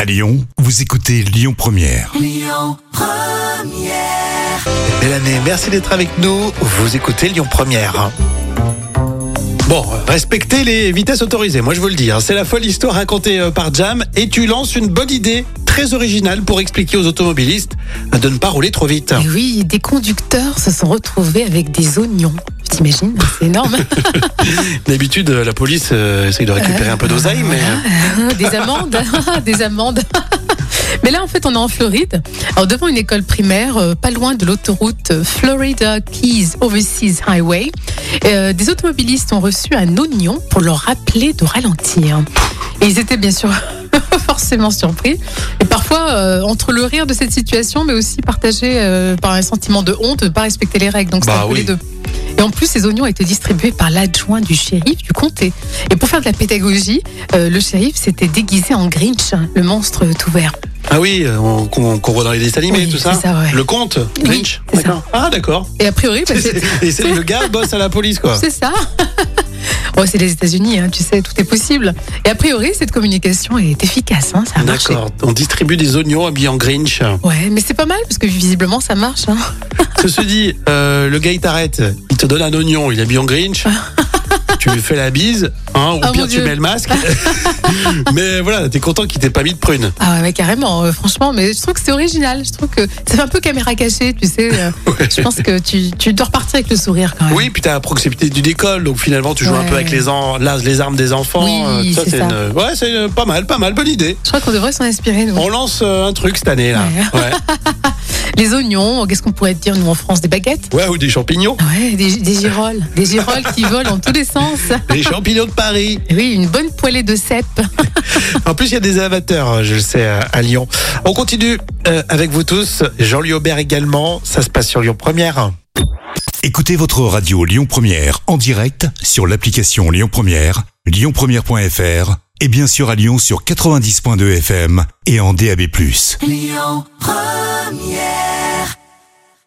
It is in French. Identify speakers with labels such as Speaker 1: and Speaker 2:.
Speaker 1: À Lyon, vous écoutez Lyon Première.
Speaker 2: Belle année, merci d'être avec nous. Vous écoutez Lyon Première. hein. Bon, euh, respectez les vitesses autorisées, moi je vous le dis. hein. C'est la folle histoire racontée euh, par Jam et tu lances une bonne idée très originale pour expliquer aux automobilistes euh, de ne pas rouler trop vite. hein.
Speaker 3: Et oui, des conducteurs se sont retrouvés avec des oignons. Tu t'imagines C'est énorme.
Speaker 2: D'habitude, euh, la police euh, essaye de récupérer un peu d'oseille, mais euh,
Speaker 3: des amandes. des amandes. Mais là, en fait, on est en Floride. Alors, devant une école primaire, euh, pas loin de l'autoroute euh, Florida Keys Overseas Highway, euh, des automobilistes ont reçu un oignon pour leur rappeler de ralentir. Et ils étaient bien sûr forcément surpris. Et parfois, euh, entre le rire de cette situation, mais aussi partagé euh, par un sentiment de honte de ne pas respecter les règles. Donc, c'est
Speaker 2: Bah
Speaker 3: un peu les
Speaker 2: oui.
Speaker 3: deux. Et en plus, ces oignons étaient distribués par l'adjoint du shérif du comté. Et pour faire de la pédagogie, euh, le shérif s'était déguisé en Grinch, hein, le monstre tout vert.
Speaker 2: ah oui, euh, on- qu'on qu'on voit dans les dessins animés,
Speaker 3: Oui,
Speaker 2: tout
Speaker 3: c'est
Speaker 2: ça.
Speaker 3: ça, ouais.
Speaker 2: Le comte,
Speaker 3: Oui,
Speaker 2: Grinch,
Speaker 3: c'est ça.
Speaker 2: d'accord. Ah d'accord.
Speaker 3: Et a priori, bah, c'est
Speaker 2: Et c'est le gars bosse à la police quoi.
Speaker 3: c'est ça. Bon, c'est les États-Unis, hein, tu sais, tout est possible. Et a priori, cette communication est efficace, hein, ça a marché.
Speaker 2: D'accord. On distribue des oignons habillés en Grinch.
Speaker 3: Ouais, mais c'est pas mal parce que visiblement ça marche. hein.
Speaker 2: Ceci dit, euh, le gars il t'arrête, il te donne un oignon, il est habillé en Grinch. tu lui fais la bise, hein, ou
Speaker 3: Ah,
Speaker 2: pire
Speaker 3: mon
Speaker 2: tu
Speaker 3: Dieu.
Speaker 2: mets le masque. Mais voilà, t'es content qu'il t'ait pas mis de prune.
Speaker 3: Ah ouais, mais carrément, euh, franchement, mais je trouve que c'est original. Je trouve que c'est un peu caméra cachée, tu sais. euh, Je pense que tu, tu dois repartir avec le sourire quand même.
Speaker 2: Oui, puis t'es à proximité d'une école, donc finalement tu joues un
Speaker 3: Ouais.
Speaker 2: peu avec les, an- la- les armes des enfants.
Speaker 3: Oui,
Speaker 2: tout
Speaker 3: c'est ça.
Speaker 2: une- ouais, c'est euh, pas mal, pas mal, bonne idée.
Speaker 3: Je crois qu'on devrait s'en inspirer, nous.
Speaker 2: On lance euh, un truc cette année là. Ouais,
Speaker 3: Les oignons, qu'est-ce qu'on pourrait dire, nous, en France Des baguettes
Speaker 2: ouais ou des champignons.
Speaker 3: Ouais, des, des girolles. Des girolles qui volent en tous les sens.
Speaker 2: Les champignons de Paris.
Speaker 3: Et Oui, une bonne poêlée de cèpe.
Speaker 2: En plus, il y a des avateurs, je le sais, à- à Lyon. On continue euh, avec vous tous. Jean-Louis Aubert également. Ça se passe sur Lyon Première.
Speaker 1: Écoutez votre radio Lyon Première en direct sur l'application Lyon Première, lyonpremière.fr et bien sûr à Lyon sur 90.2 FM et en DAB+.